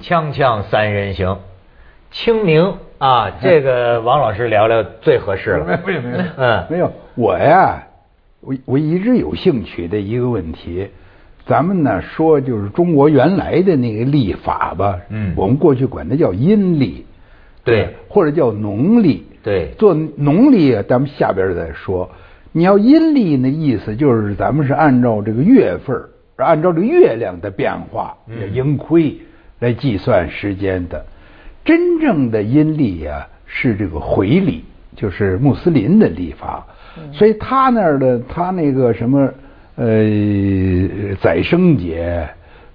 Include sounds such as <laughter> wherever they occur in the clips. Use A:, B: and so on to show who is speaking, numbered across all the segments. A: 锵锵三人行，清明
B: <laughs>
A: 啊，这个王老师聊聊最合适了。
B: 没有没有没有
A: 嗯
B: 没有，我呀，我我一直有兴趣的一个问题，咱们呢说就是中国原来的那个历法吧，
A: 嗯
B: 我们过去管它叫阴历，
A: 对，
B: 或者叫农历，
A: 对
B: 做农历啊，咱们下边再说。你要阴历呢，意思就是咱们是按照这个月份儿，按照这个月亮的变化，
A: 嗯
B: 叫盈亏来计算时间的。真正的阴历啊，是这个回历，就是穆斯林的历法，
A: 嗯
B: 所以他那儿的他那个什么呃宰牲节，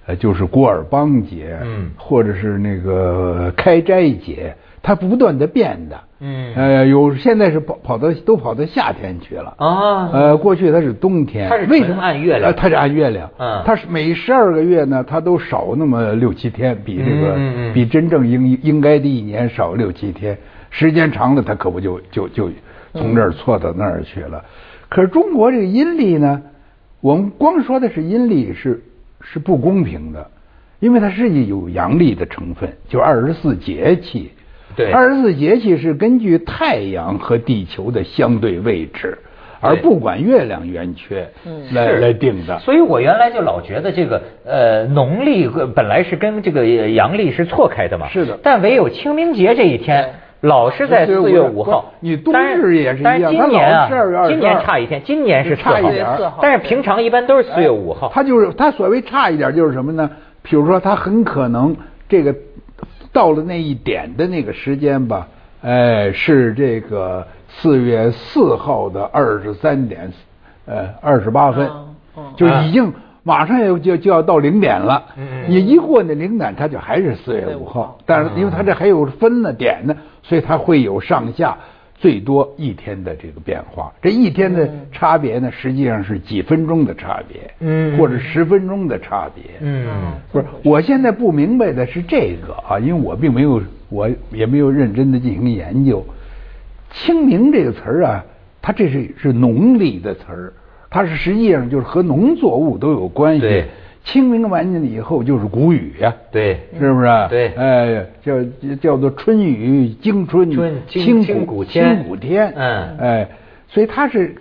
B: 呃就是古尔邦节，
A: 嗯
B: 或者是那个开斋节，它不断的变的。
A: 嗯
B: 呃，有现在是跑跑到都跑到夏天去了。
A: 啊，
B: 呃，过去它是冬天，
A: 它是
B: 为什么
A: 按月亮
B: 呃它是按月亮，
A: 嗯
B: 它是每十二个月呢，它都少那么六七天，比这个、
A: 嗯嗯嗯
B: 比真正应应该的一年少六七天，时间长了，它可不就就就从这儿错到那儿去了。可是中国这个阴历呢，我们光说的是阴历是是不公平的，因为它是有阳历的成分，就二十四节气。
A: 对
B: 二十四节气是根据太阳和地球的相对位置，而
A: 对嗯
B: 不管月亮圆缺来
A: 是
B: 来定的。
A: 所以我原来就老觉得这个呃农历呃本来是跟这个呃阳历是错开的嘛。
B: 是的
A: 但唯有清明节这一天，老是在
B: 对
A: 四月五号。
B: 不你冬
A: 当然
B: 至也是一
A: 当然
B: 样它
A: 今年
B: 老
A: 啊
B: 是12月22
A: 今年差一天，今年是
B: 差一
A: 4号
B: 点儿哎
A: 但是平常一般都是四月五号。
B: 他就是他所谓差一点就是什么呢？比如说他很可能这个到了那一点的那个时间吧，哎，是这个四月四号的二十三点，呃，二十八分，就已经马上要就就要到零点了。
A: 嗯嗯
B: 你一过那零点，它就还是四月五号，但是因为它这还有分呢点呢，所以它会有上下。最多一天的这个变化，这一天的差别呢，实际上是几分钟的差别。
A: 嗯
B: 或者十分钟的差别。
A: 嗯，
B: 不是，我现在不明白的是这个啊，因为我并没有，我也没有认真的进行研究。清明这个词儿啊，它这是是农历的词儿，它是实际上就是和农作物都有关系
A: 对。
B: 清明完了以后就是谷雨呀、
A: 对。
B: 是不是？
A: 对
B: 哎，叫叫做春雨惊春，
A: 春惊
B: 清
A: 清
B: 谷
A: 谷天
B: 清谷天，
A: 嗯
B: 哎，所以它是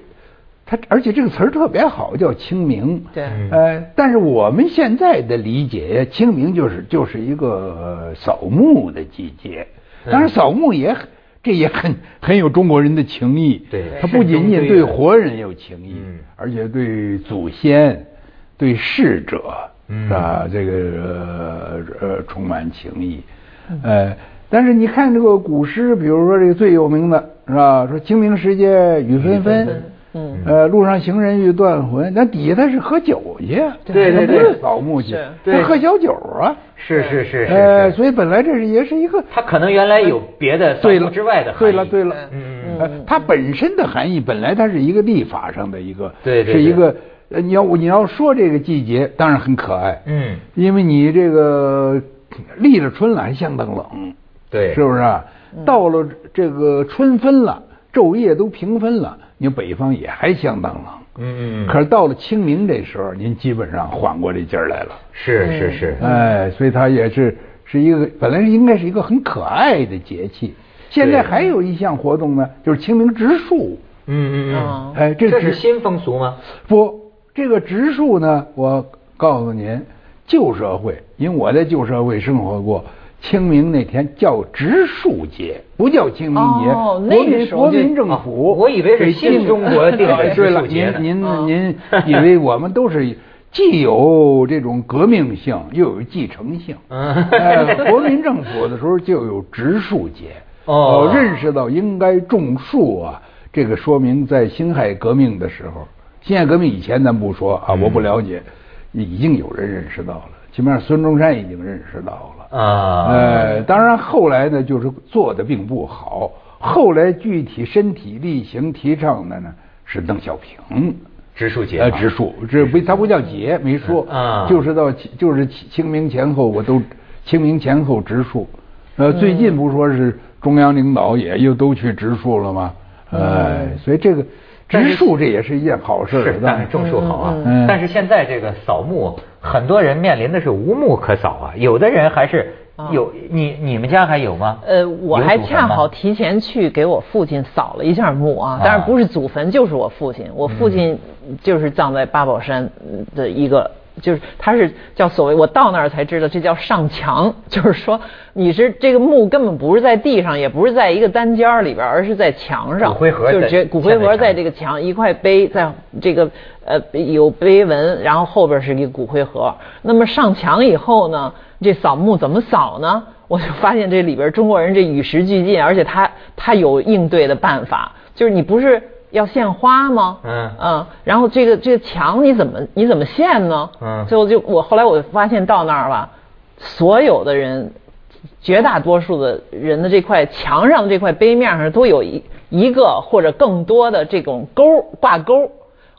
B: 它，而且这个词儿特别好，叫清明。
C: 对
A: 嗯
B: 呃，但是我们现在的理解，清明就是就是一个呃扫墓的季节，
A: 嗯
B: 当然扫墓也很。这也很很有中国人的情谊，
A: 对
B: 它不仅仅
A: 慎终追
B: 对
A: 远
B: 活人有情谊，
A: 嗯
B: 而且对祖先、对逝者，
A: 嗯
B: 是吧？这个呃呃充满情谊，
A: 嗯
B: 呃，但是你看这个古诗，比如说这个最有名的是吧？说清明时节雨纷纷，
C: 嗯
B: 呃，路上行人欲断魂，那底下他是喝酒去，
A: 对对
B: 他不是
A: 对
B: 扫墓去
C: 是，
B: 他
A: 对
B: 喝小酒啊，
A: 是是是是
B: 呃，
A: 是。
B: 所以本来这是也是一个
A: 他可能原来有别的扫
B: 对
A: 墓
B: 了
A: 之外的含义。
B: 对了对了，
A: 嗯
C: 嗯
B: 呃它本身的含义本来它是一个历法上的一个，
A: 对对
B: 是
A: 对
B: 一个呃你要你要说这个季节，当然很可爱，
A: 嗯，
B: 因为你这个立了春了还相当冷，
A: 对，
B: 是不是啊？到了这个春分了，昼夜都平分了，你北方也还相当冷。
A: 嗯嗯嗯
B: 可是到了清明这时候，您基本上缓过这劲儿来了。
A: 是是是，嗯
B: 哎，所以它也是是一个本来是应该是一个很可爱的节气。现在
A: 对
B: 还有一项活动呢，就是清明植树。
A: 嗯嗯嗯，
B: 哎，
A: 这
B: 植
A: 是新风俗吗？
B: 不，这个植树呢，我告诉您，旧社会，因为我在旧社会生活过，清明那天叫植树节，不叫清明节。
C: 哦那
B: 国
C: 个
B: 民
C: 时
B: 国
C: 候就
B: 民政
A: 哦
B: 府、
A: 我以为是
B: 给
A: 新
B: 定
A: 中国定的
B: 哎
A: 植
B: 对
A: 树
B: 了，
A: 节呢哦
B: 您您您以为我们都是既有这种革命性，又有继承性。
A: 嗯
B: 哎国民政府的时候就有植树节。
A: <laughs> 哦
B: 认识到应该种树啊，这个说明在辛亥革命的时候，辛亥革命以前咱不说啊，我不了解，已经有人认识到了，起码孙中山已经认识到了。
A: 啊，
B: 呃，当然后来呢，就是做的并不好。后来具体身体力行提倡的呢是邓小平，
A: 植树节
B: 呃，
A: 嘛
B: 植树，这不它不叫节，没说
A: 啊
B: 就是到清就是清清明前后，我都清明前后植树。呃，最近不说是中央领导也又都去植树了吗？哎，所以这个
A: 但
B: 植
A: 是
B: 树这也是一件好事儿
A: 是，，但是种树好啊。
B: 嗯嗯
A: 但是现在这个扫墓，很多人面临的是无墓可扫啊。有的人还是
C: 啊
A: 有你你们家还有吗？
C: 呃，我
A: 有
C: 还
A: 祖坟
C: 恰
A: 吗
C: 好提前去给我父亲扫了一下墓啊
A: 啊，嗯
C: 当然不是祖坟，就是我父亲。我父亲就是葬在八宝山的一个，就是他是叫所谓，我到那儿才知道这叫上墙，就是说你是这个墓根本不是在地上，也不是在一个单间儿里边儿，而是在墙上，
A: 骨灰盒
C: 就是
A: 在
C: 这骨灰
A: 嵌在
C: 盒在
A: 墙
C: 这个墙一块碑，在这个呃有碑文，然后后边是一个骨灰盒。那么上墙以后呢，这扫墓怎么扫呢？ <laughs> 我就发现这里边中国人这与时俱进，而且他他有应对的办法，就是你不是要献花吗？
A: 嗯
C: 嗯，然后这个这个墙你怎么你怎么献呢？
A: 嗯
C: 最后就我后来我发现到那儿了，所有的人，绝大多数的人的这块墙上的这块碑面上都有一一个或者更多的这种钩挂钩。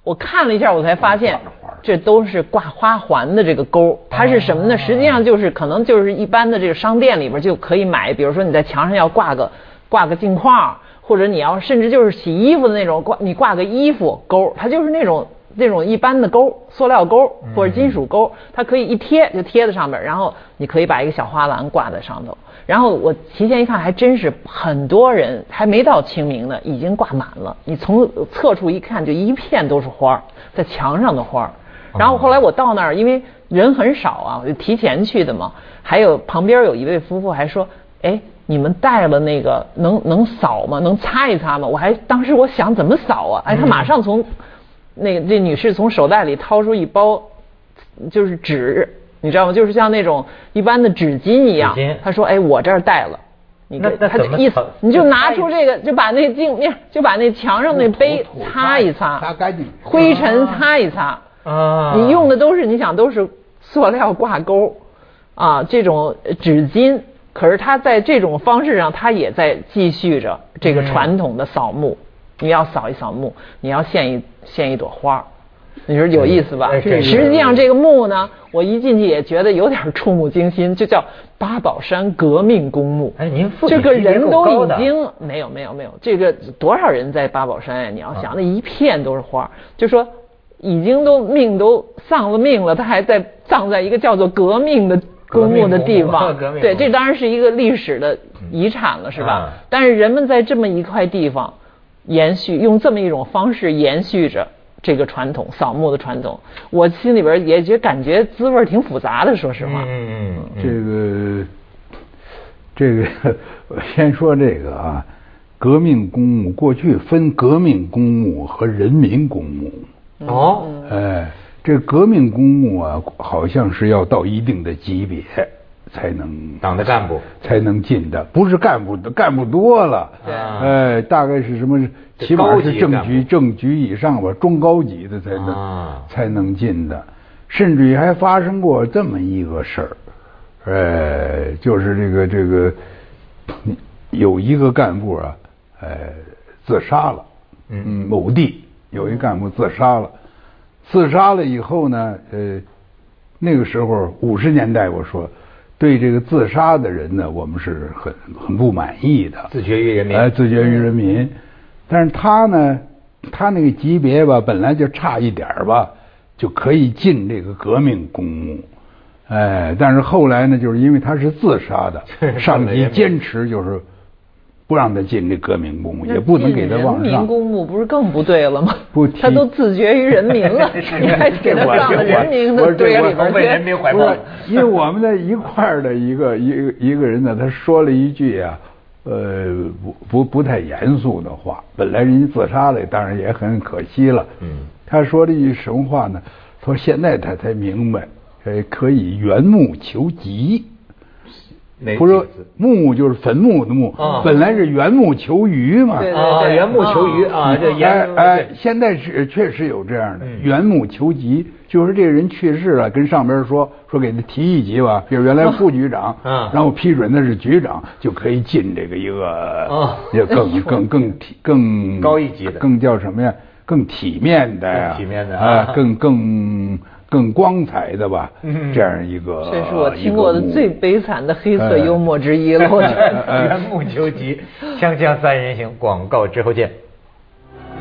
C: 我看了一下，我才发现
B: 挂着花儿哦
C: 这都是挂花环的这个钩。它是什么呢？实际上就是可能就是一般的这个商店里边就可以买，比如说你在墙上要挂个挂个镜框儿，或者你要甚至就是洗衣服的那种挂，你挂个衣服钩儿，它就是那种那种一般的钩儿，塑料钩儿或者金属钩儿，它可以一贴就贴在上面，然后你可以把一个小花篮挂在上头。然后我提前一看，还真是很多人还没到清明呢，已经挂满了。你从侧处一看，就一片都是花儿，在墙上的花儿。然
A: 哦
C: 后后来我到那儿，因为人很少啊，我就提前去的嘛。还有旁边有一位夫妇还说：“哎，你们带了那个能能扫吗？能擦一擦吗？”我还当时我想怎么扫啊？哎，他
A: 嗯
C: 马上从那个这女士从手袋里掏出一包，就是纸，你知道吗？就是像那种一般的纸巾一样
A: 纸巾。
C: 她说：“哎，我这儿带了。”你
A: 那
C: 给
A: 那
C: 她
A: 怎么
C: 一
A: 扫
C: 你就
A: 就
C: 拿
A: 擦一
C: 出这个，就把那镜面，就把那墙上那杯
B: 土土
C: 擦一擦，
B: 擦干净
C: 灰尘擦一擦。
A: 啊，
C: 你用的都是你想都是塑料挂钩啊，这种纸巾。可是他在这种方式上，他也在继续着
A: 嗯
C: 这个传统的扫墓。你要扫一扫墓，你要献一献一朵花儿，你说有意思吧？
A: 哎这个
C: 实际上这个墓呢，我一进去也觉得有点触目惊心，就叫八宝山革命公墓。
A: 哎您父
C: 这
A: 亲
C: 个
A: 级别
C: 人
A: 够
C: 都
A: 高
C: 已
A: 的
C: 经。没有没有没有，这个多少人在八宝山呀、你
A: 啊
C: 要想，那一片都是花儿，就说已经都命都丧了命了，他还在葬在一个叫做革命的公墓的地
A: <laughs>
C: 方
A: 革命公墓革命公。墓嗯
C: 对，这当然是一个历史的遗产了，是吧
A: 啊？
C: 但是人们在这么一块地方延续，用这么一种方式延续着。这个传统扫墓的传统，我心里边也觉感觉滋味儿挺复杂的，说实话。
A: 嗯嗯嗯
B: 这个，这个，我先说这个啊，革命公墓过去分革命公墓和人民公墓，
A: 嗯哦，
B: 哎，这革命公墓啊，好像是要到一定的级别才能
A: 党的干部
B: 才能进的，不是干部的，干部多了，
C: 对
B: 哎，大概是什么？
A: 这
B: 起码
A: 高
B: 是
A: 级
B: 正
A: 干
B: 局
A: 部
B: 正局以上吧，中高级的才能、
A: 啊
B: 才能进的，甚至于还发生过这么一个事儿，呃、就是这个这个有一个干部啊，呃，自杀了，
A: 嗯
B: 某地有一干部自杀了，自杀了以后呢，呃，那个时候五十年代，我说对这个自杀的人呢，我们是很很不满意的，
A: 自绝于人民
B: 哎，自绝于人民。但是他呢，他那个级别吧，本来就差一点儿吧，就可以进这个革命公墓。哎，但是后来呢，就是因为他是自杀
A: <laughs>
B: 的，上级坚持就是不让他进这革命公墓，也不能给他往
C: 人民
B: 上。
C: 公墓不是更不对了吗？
B: 不提
C: 他都自绝于人民
B: <laughs>
C: 了，你还给他
B: 我
C: 葬到人民的堆里边
A: 我为人
C: 去？
A: 民怀
B: 不是
A: 抱，
B: 因为我们在一块儿的一个一个一个人呢，他说了一句啊，呃，不不不太严肃的话。本来人家自杀了，当然也很可惜了。
A: 嗯
B: 他说了一句什么话呢？他说现在他才明白，呃，可以缘木求吉。
A: 哪
B: 不是
A: 几次
B: 木就是坟墓的墓
A: 啊，
B: 本来是缘木求鱼嘛。
C: 对对
A: 啊，
C: 对
A: 缘木求鱼
C: 啊
A: 啊，这
B: 哎
A: 缘
B: 哎，现在是确实有这样的
A: 嗯
B: 缘木求吉，就是这个人去世了，跟上边说说给他提一级吧，比如原来副局长，
A: <laughs> 嗯
B: 然后批准他是局长，就可以进这个一个，
A: 哦
B: 也更
A: <laughs>
B: 更更体更
A: 高一级的
B: 更叫什么呀？更体面的呀，
A: 更体面的
B: 啊
A: 啊，
B: 更更更光彩的吧，
A: 嗯
B: 这样呃一个，哎
C: 这是我听过的最悲惨的黑色幽默之一了，我觉
B: <laughs>
C: 得。
A: 缘木求吉，锵锵三人行，广告之后见。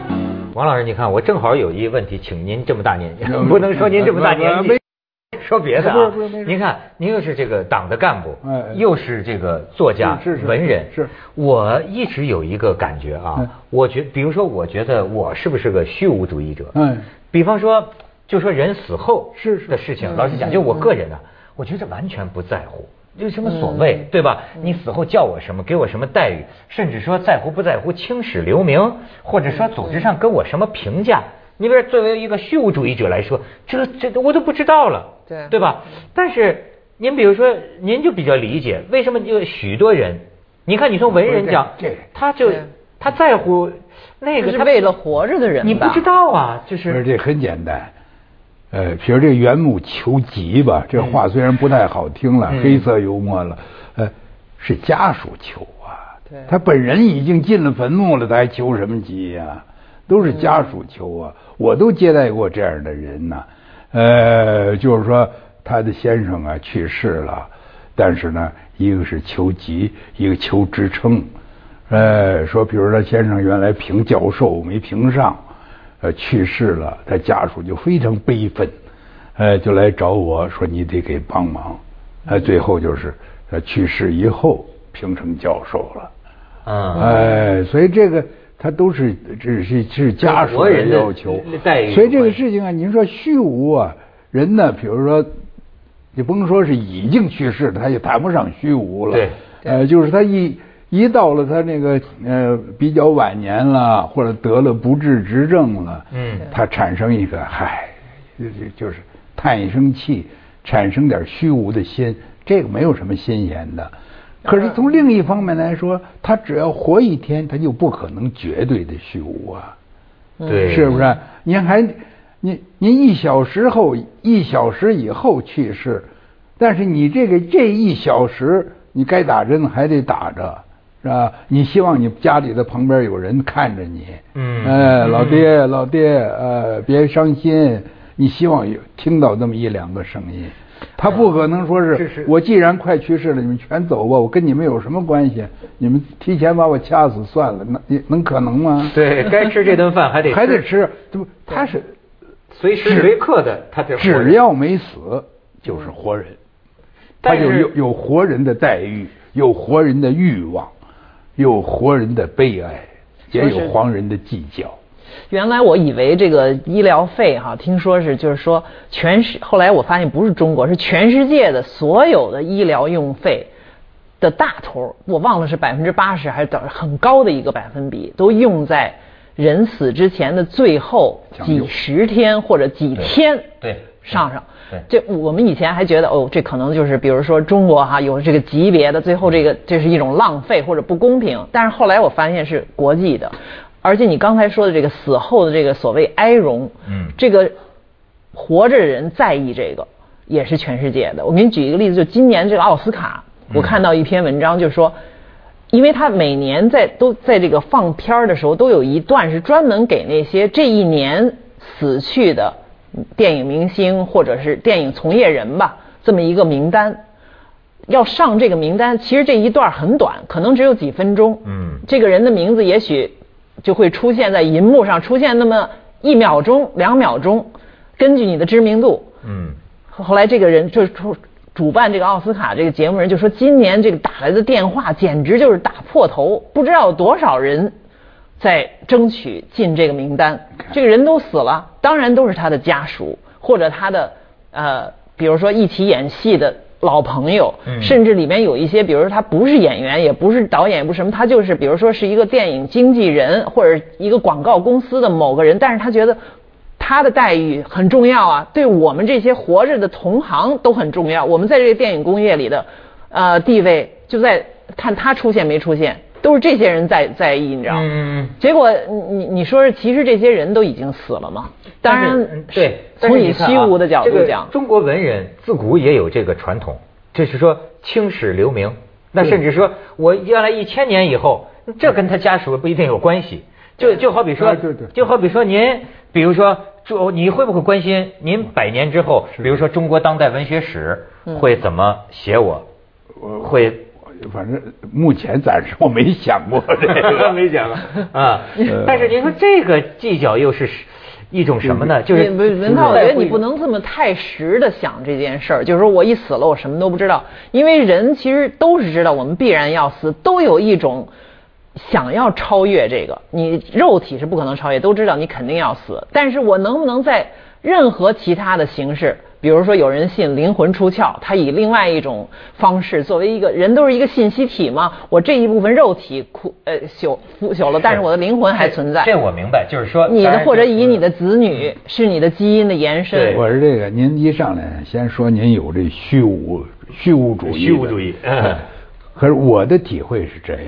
B: 嗯
A: 王老师，你看，我正好有一问题，请您这么大年纪，不能说您这么大年纪，说别的
B: 不是
A: 啊
B: 不是没，事
A: 您看，您又是这个党的干部
B: 哎哎，
A: 又是这个作家
B: 是是是、
A: 文人，
B: 是
A: 我一直有一个感觉
B: 嗯
A: 啊，我觉，比如说，我觉得我是不是个虚无主义者？
B: 嗯
A: 比方说，就说人死后
B: 是是
A: 的事情，
C: 嗯
A: 老实讲，
C: 嗯
A: 就我个人呢、啊我觉得完全不在乎，有什么所谓，
C: 嗯
A: 对吧？你死后叫我什么，给我什么待遇，甚至说在乎不在乎青史留名，或者说组织上跟我什么评价。你比如说作为一个虚无主义者来说，这这我都不知道了，
C: 对
A: 对吧？但是您比如说，您就比较理解为什么就许多人，你看你从文人
C: 嗯
A: 讲，
B: 不是这这
A: 他就
C: 对
A: 他在乎那
C: 就
A: 个，
C: 是
A: 他
C: 为了活着的人吧，
A: 你不知道啊，就
B: 不是
A: 是
B: 这很简单。呃，比如这缘木求吉吧，这话虽然不太好听了，
A: 嗯
B: 黑色幽默了，呃，是家属求啊，
C: 对
B: 他本人已经进了坟墓了，他还求什么吉呀、都是家属求啊，我都接待过这样的人呐、呃，就是说他的先生啊去世了，但是呢，一个是求吉，一个求职称，呃，说比如说先生原来评教授没评上，呃去世了，他家属就非常悲愤，呃，就来找我说你得给帮忙，呃，最后就是呃去世以后评成教授了，
A: 嗯。
B: 哎，所以这个他都是只是是家属
A: 国人的
B: 要求
A: 待遇有关，
B: 所以这个事情啊，您说虚无啊，人呢，比如说，你甭说是已经去世了，他也谈不上虚无了，
A: 对
B: 呃，就是他一一到了他那个呃比较晚年了，或者得了不治之症了，
A: 嗯
B: 他产生一个嗨，就就就是叹一声气，产生点虚无的心，这个没有什么新鲜的。可是从另一方面来说，他只要活一天，他就不可能绝对的虚无啊，
A: 嗯对，
B: 是不是？您还您您一小时后一小时以后去世，但是你这个这一小时，你该打针还得打着，是吧？你希望你家里的旁边有人看着你，
A: 嗯
B: 哎，老爹老爹，呃，别伤心，你希望有听到那么一两个声音。他不可能说
A: 哎是
B: 是
A: 是
B: 我既然快去世了，你们全走吧，我跟你们有什么关系？你们提前把我掐死算了，能能可能吗？
A: 对该吃这顿饭还得
B: 还得吃，这不他是
A: 随时随刻的，他得活着
B: 只要没死就是活人，他
A: 嗯但
B: 就是有有活人的待遇，有活人的欲望，有活人的悲哀，也有黄人的计较。
C: 原来我以为这个医疗费哈，听说是就是说全世，后来我发现不是中国，是全世界的所有的医疗用费的大头儿，我忘了是百分之八十还是等很高的一个百分比，都用在人死之前的最后
B: 抢救
C: 几十天或者几天。
A: 对
C: 上上
A: 嗯对，
C: 这我们以前还觉得哦，这可能就是比如说中国哈有这个级别的，最后这个这是一种浪费或者不公平。但是后来我发现是国际的，而且你刚才说的这个死后的这个所谓哀荣，
A: 嗯
C: 这个活着人在意这个也是全世界的。我给你举一个例子，就今年这个奥斯卡，我看到一篇文章就说。因为他每年在都在这个放片儿的时候，都有一段是专门给那些这一年死去的电影明星或者是电影从业人吧，这么一个名单。要上这个名单，其实这一段很短，可能只有几分钟。
A: 嗯
C: 这个人的名字也许就会出现在银幕上，出现那么一秒钟、两秒钟，根据你的知名度。
A: 嗯
C: 后来这个人就是主主办这个奥斯卡这个节目人就说，今年这个打来的电话简直就是打破头，不知道有多少人在争取进这个名单。这个人都死了，当然都是他的家属或者他的呃，比如说一起演戏的。老朋友，
A: 嗯
C: 甚至里面有一些，比如说他不是演员，也不是导演，也不是什么，他就是比如说是一个电影经纪人或者一个广告公司的某个人，但是他觉得他的待遇很重要啊，对我们这些活着的同行都很重要。我们在这个电影工业里的呃地位，就在看他出现没出现，都是这些人在在意，你知道吗？
A: 嗯，
C: 结果你你你说是，其实这些人都已经死了嘛？当
A: 但是
C: 然
A: 嗯，对，但
C: 从
A: 是
C: 你
A: 看啊
C: 虚无的角
A: 这
C: 度
A: 个
C: 讲，
A: 中国文人自古也有这个传统，这是说青史留名。
C: 嗯
A: 那甚至说，我原来一千年以后，这跟他家属不一定有关系。就就好比说，
B: 啊对对
A: 就好比说您，比如说，就你会不会关心您百年之后，比如说中国当代文学史
C: 嗯
A: 会怎么写我？
B: 我
A: 会
B: 反正目前暂时我没 <laughs> 想过这个，呃
A: 没讲过啊。但是您说这个计较又是一种什么呢？就是
C: 嗯文文文涛，我觉得你不能这么太实的想这件事儿，就是说我一死了，我什么都不知道，因为人其实都是知道我们必然要死，都有一种想要超越这个，你肉体是不可能超越，都知道你肯定要死，但是我能不能在任何其他的形式？比如说，有人信灵魂出窍，他以另外一种方式作为一个人，都是一个信息体嘛。我这一部分肉体枯呃朽腐朽了，但是我的灵魂还存在。
A: 这我明白，呃就是说
C: 你
A: 当
C: 的
A: 然
C: 或者
A: 这嗯
C: 以你的子女是你的基因的
A: 对
C: 延伸。
B: 我是这个，您一上来先说您有这虚无虚无主义的，
A: 虚无主义嗯
B: 可是我的体会是这样：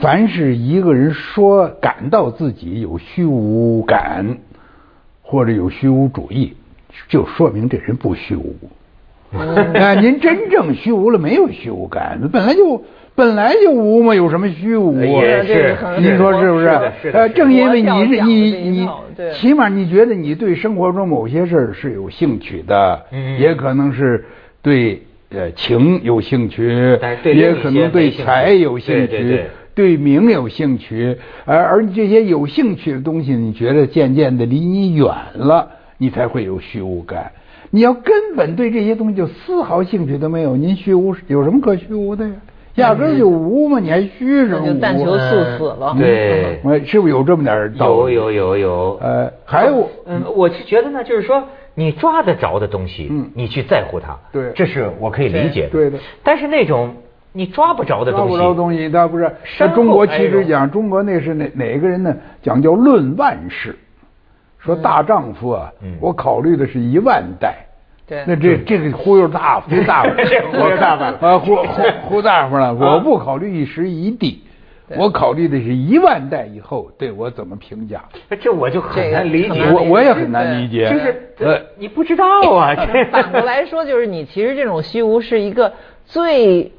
B: 凡是一个人说感到自己有虚无感，或者有虚无主义，就说明这人不虚无。
A: 哦
B: 啊，您真正虚无了，没有虚无感，本来就本来就无嘛，有什么虚无啊？
A: 呃也是
C: 是
B: 您说是不
A: 是
B: 是
A: 的是？的
B: 呃，
A: 是的
B: 正因为你
C: 我
B: 是
C: 想
B: 你
C: 这一
B: 你
C: 套对，
B: 起码你觉得你对生活中某些事儿是有兴趣的，
A: 嗯
B: 也可能是对呃情有兴 <laughs> 趣
A: 但是，对
B: 也
A: 另一些
B: 可能
A: 没
B: 对
A: 兴趣
B: 财有兴趣，
A: 对对对
B: 对名有兴趣，而而这些有兴趣的东西，你觉得渐渐的离你远了，你才会有虚无感。你要根本对这些东西就丝毫兴趣都没有，您虚无有什么可虚无的呀？压根儿就无嘛，你还虚什
C: 那
B: 么
C: 就
B: 无啊？
C: 但求速死了。
A: 嗯对，
B: 哎，是不是有这么点儿 <laughs>
A: 有
B: 道理？
A: 嗯有有有，
B: 呃还有
A: 嗯，我是觉得呢，就是说你抓得着的东西，
B: 嗯
A: 你去在乎它，
B: 对
A: 这是我可以理解的，
B: 对对的。
A: 但是那种你抓不着的
B: 抓
A: 东
B: 不
A: 西，
B: 着东西，他不是。
A: 山后
B: 中国
A: 才
B: 其实
A: 有
B: 讲，中国那是哪哪个人呢？讲究论万事，说大丈夫啊，
A: 嗯
B: 我考虑的是一万代。
C: 对
B: 那这这个忽悠大忽悠大
A: <laughs>
B: 发
A: 忽悠大啊发
B: <laughs> 啊，忽忽忽大发了！我不考虑一时一地，我考虑的是一万代以后对我怎么评价。
A: 这我就很难理
C: 这
A: 解
C: 个
B: 我
C: 很。难理解
B: 我也很难理解。
A: 就是
B: 呃，
A: 你不知道
B: <laughs>
A: 啊，这
C: <laughs> 反过来说，就是你其实这种虚无是一个最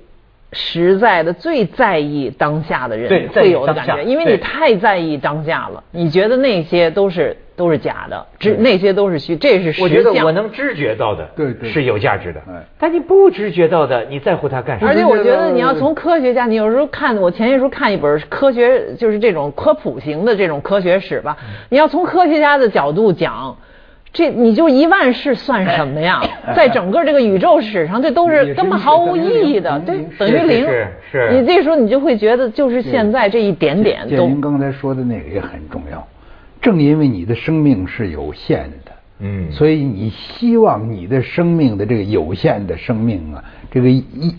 C: 实在的、最在意当下的
A: 对
C: 人
A: 在
C: 会
A: 意
C: 有的
A: 当
C: 感
A: 下
C: 觉，因为
A: 对
C: 你太在意当下了，你觉得那些都是都是假的，只那些都是虚，这是实相。
A: 我觉得我能知觉到的，
B: 对对
A: 是有价值的
B: 哎。
A: 但你不知觉到的，你在乎它干什
C: 而
A: 么？
C: 且我觉得你要从科学家，你有时候看我前些时候看一本科学，就是这种科普型的这种科学史吧，你要从科学家的角度讲。这你就一万事算什么呀？在整个这个宇宙史上，这都
B: 也是
C: 是根本毫无意义的，
B: 等
C: 对
B: 于零，
C: 等于零。
A: 是是是
C: 你这时候你就会觉得，就是现在这一点点
B: 建
C: 都
B: 您刚才说的那个也很重要，正因为你的生命是有限的，
A: 嗯
B: 所以你希望你的生命的这个有限的生命啊，这个一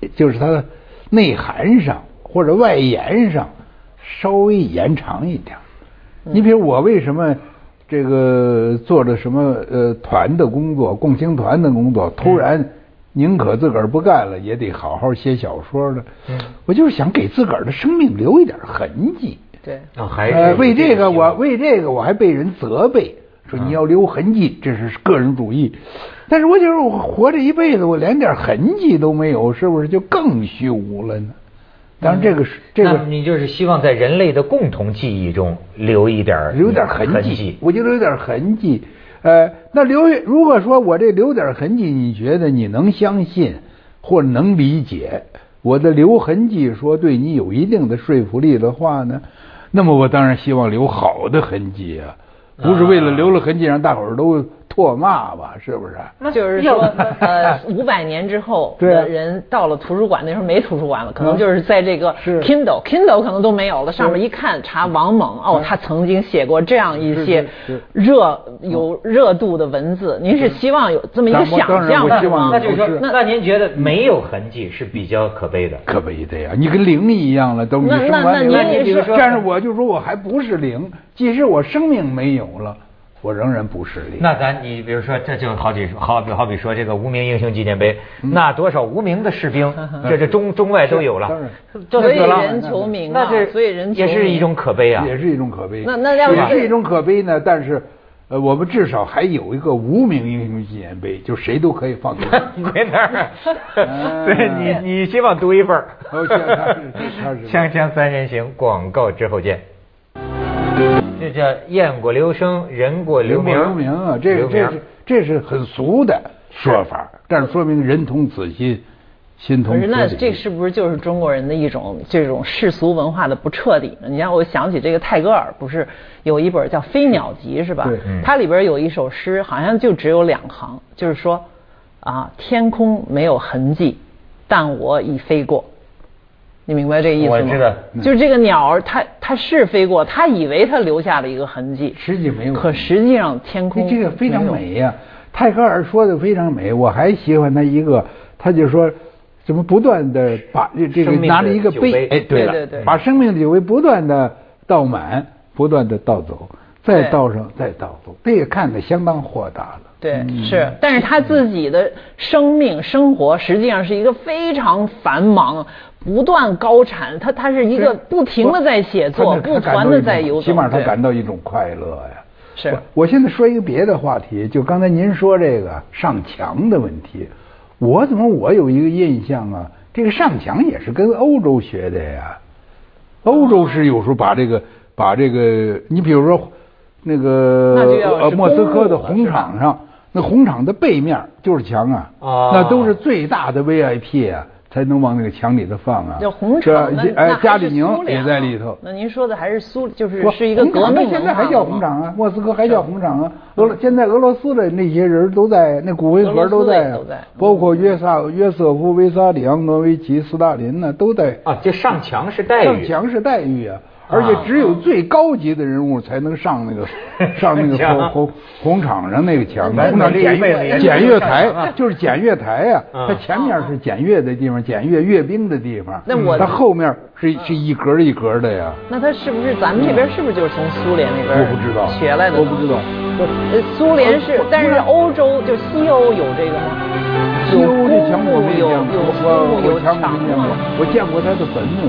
B: 一就是它的内涵上或者外延上稍微延长一点儿。你比如我为什么这个做着什么呃团的工作，共青团的工作，突然宁可自个儿不干了，也得好好写小说呢？
A: 嗯
B: 我就是想给自个儿的生命留一点痕迹。
C: 对。
A: 哦还是
B: 呃、
A: 有
B: 为这
A: 希
B: 个
A: 望
B: 我为这个我还被人责备，说你要留痕迹，这是个人主义。但是我就是我活这一辈子，我连点痕迹都没有，是不是就更虚无了呢？当然，这个是这
A: 那
B: 个
A: 么你就是希望在人类的共同记忆中留一点儿
B: 留点
A: 痕
B: 痕迹，我觉得有点痕迹。呃，那留如果说我这留点痕迹，你觉得你能相信或能理解我的留痕迹说对你有一定的说服力的话呢？那么我当然希望留好的痕迹啊，不是为了留了痕迹让大伙儿都唾骂吧？是不是？
C: 就是说，呃，五百年之后
B: 对啊嗯
C: 的人到了图书馆，那时候没图书馆了，可能就是在这个
B: 是
C: Kindle Kindle 可能都没有了，上面一看查王蒙，哦，他曾经写过这样一
B: 嗯
C: 些
B: 是是是嗯
C: 热有热度的文字，您是希望有这么一个
B: 当然
C: 想
B: 当
C: 象
B: 然我
C: 是
B: 希望
C: 吗
A: 那？就是说
B: 嗯不是，
A: 那您觉得没有痕迹是比较可悲的？
B: 可悲的呀！啊你跟零一样了，都你
C: 那
B: 生
C: 那那
B: 完
C: 您也
B: 零，
C: 是说
B: 但是我就说我还不是零，即使我生命没有了，我仍然不是零。
A: 那咱你比如说，这就好几好比好比说这个无名英雄纪念碑，
B: 嗯
A: 那多少无名的士
B: <laughs>
A: 兵，这这中中外都有
B: 当然
A: 了，就
C: 所以
A: 死了
C: 人求名
A: 那
C: 啊
A: 这，
C: 所以人求
A: 也是一
C: 名
A: 种可悲啊，
B: 也是一种可悲。
C: 那那要
B: 也
C: 是
B: 是一种可悲呢，但是。呃，我们至少还有一个无名英雄纪念碑，就谁都可以放进去。
A: <laughs> 归那儿，
B: 啊
A: 对你你希望独一份儿
B: 哦行他是他
A: <laughs>
B: 是。
A: 锵锵三人行，广告之后见。这叫雁过留声，人过留名。
B: 留名啊，这
A: 留
B: 个
A: 名
B: 这是这是很俗的说法，但是说明人同此心，心同
C: 可是那
B: 彻底
C: 这是不是就是中国人的一种这种世俗文化的不彻底呢？你让我想起这个泰戈尔，不是有一本叫《飞鸟集》是吧
B: 对？
A: 嗯
C: 它里边有一首诗，好像就只有两行，就是说啊，天空没有痕迹，但我已飞过。你明白这个意思吗？
A: 我知道
B: 嗯
C: 就是这个鸟儿，它它是飞过，它以为它留下了一个痕迹，
B: 实际没有
C: 可实际上天空
B: 哎这个非常
C: 没有
B: 美呀、泰戈尔说的非常美，我还喜欢他一个，他就说什么不断的把这这个
A: 生命的
B: 拿着一个
A: 酒
B: 杯
A: 杯，
B: 哎，对
C: 对
B: 了，
C: 对对
B: 把生命的酒杯不断的倒满，不断的倒走，再倒上，再倒走，这个看得相当豁达了。嗯
C: 对，是，但是他自己的生命生活实际上是一个非常繁忙、不断高产，他他是一个不停的在写作，
B: 他
C: 不
B: 他感
C: 断
B: 到一种
C: 的在游走，
B: 起码他
C: 对
B: 感到一种快乐呀。
C: 是
B: 我我现在说一个别的话题，就刚才您说这个上墙的问题，我怎么我有一个印象啊？这个上墙也是跟欧洲学的呀。欧洲是有时候把这个把这个，你比如说那
C: 那就要
B: 个
C: 是
B: 呃莫斯科的
C: 公
B: 红
C: 路了是吧
B: 场上，那红场的背面就是墙啊，
A: 啊
B: 那都是最大的 VIP 啊，才能往那个墙里头放啊。
C: 叫红场，
B: 这
C: 那那
B: 哎，
C: 还
B: 加
C: 是
B: 里宁
C: 苏联
B: 也
C: 啊
B: 在里头。
C: 那您说的还是苏，就是
B: 不
C: 是一个
B: 红场
C: 革命
B: 那现
C: 文
B: 在
C: 化
B: 还叫
C: 嘛
B: 红场啊，莫斯科还叫红场啊。俄罗现在俄罗斯的那些人都在，那骨灰盒都在
C: 俄
B: 啊
C: 罗斯的也都在，嗯
B: 包括约萨约瑟夫·维萨里昂诺维奇·斯大林呢，都在。
A: 啊，这上墙是待
B: 上
A: 遇，
B: 墙是待遇啊，而且只有最高级的人物才能上那
C: <laughs>
B: 个上那个红
A: 墙
B: 红红场上那个墙，
A: 咱
B: 红场
A: 这一
B: 检
A: 辈子
B: 阅
A: 也
B: 检阅
A: 上墙
B: 台
A: 啊
B: 就是检阅台啊，
A: 嗯
B: 它前面是检阅的地方，检阅阅兵的地方，
C: 那我
B: 它后面是是一格一格的呀。
C: 那他是不是咱们这边是不是就是从苏联那边
B: 我不知道，
C: 学来的？
B: 我不知道。。
C: 呃，苏联是，但是欧洲就西欧有这个吗？
B: 西欧这墙我没见
C: 有
B: 过，
C: 有
B: 我
C: 树
B: 我
C: 有
B: 墙
C: 墙
B: 我没见过
C: 吗？，
B: 我见过他的坟墓。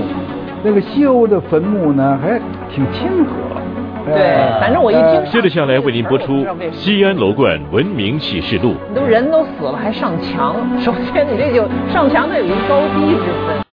B: 那个西欧的坟墓呢，还挺亲和。哎
C: 对，反正我一听。
D: 接着下来为您播出《西安楼冠文明启示录》。
C: 你都人都死了还上墙，首先你这就上墙它有一高低之分。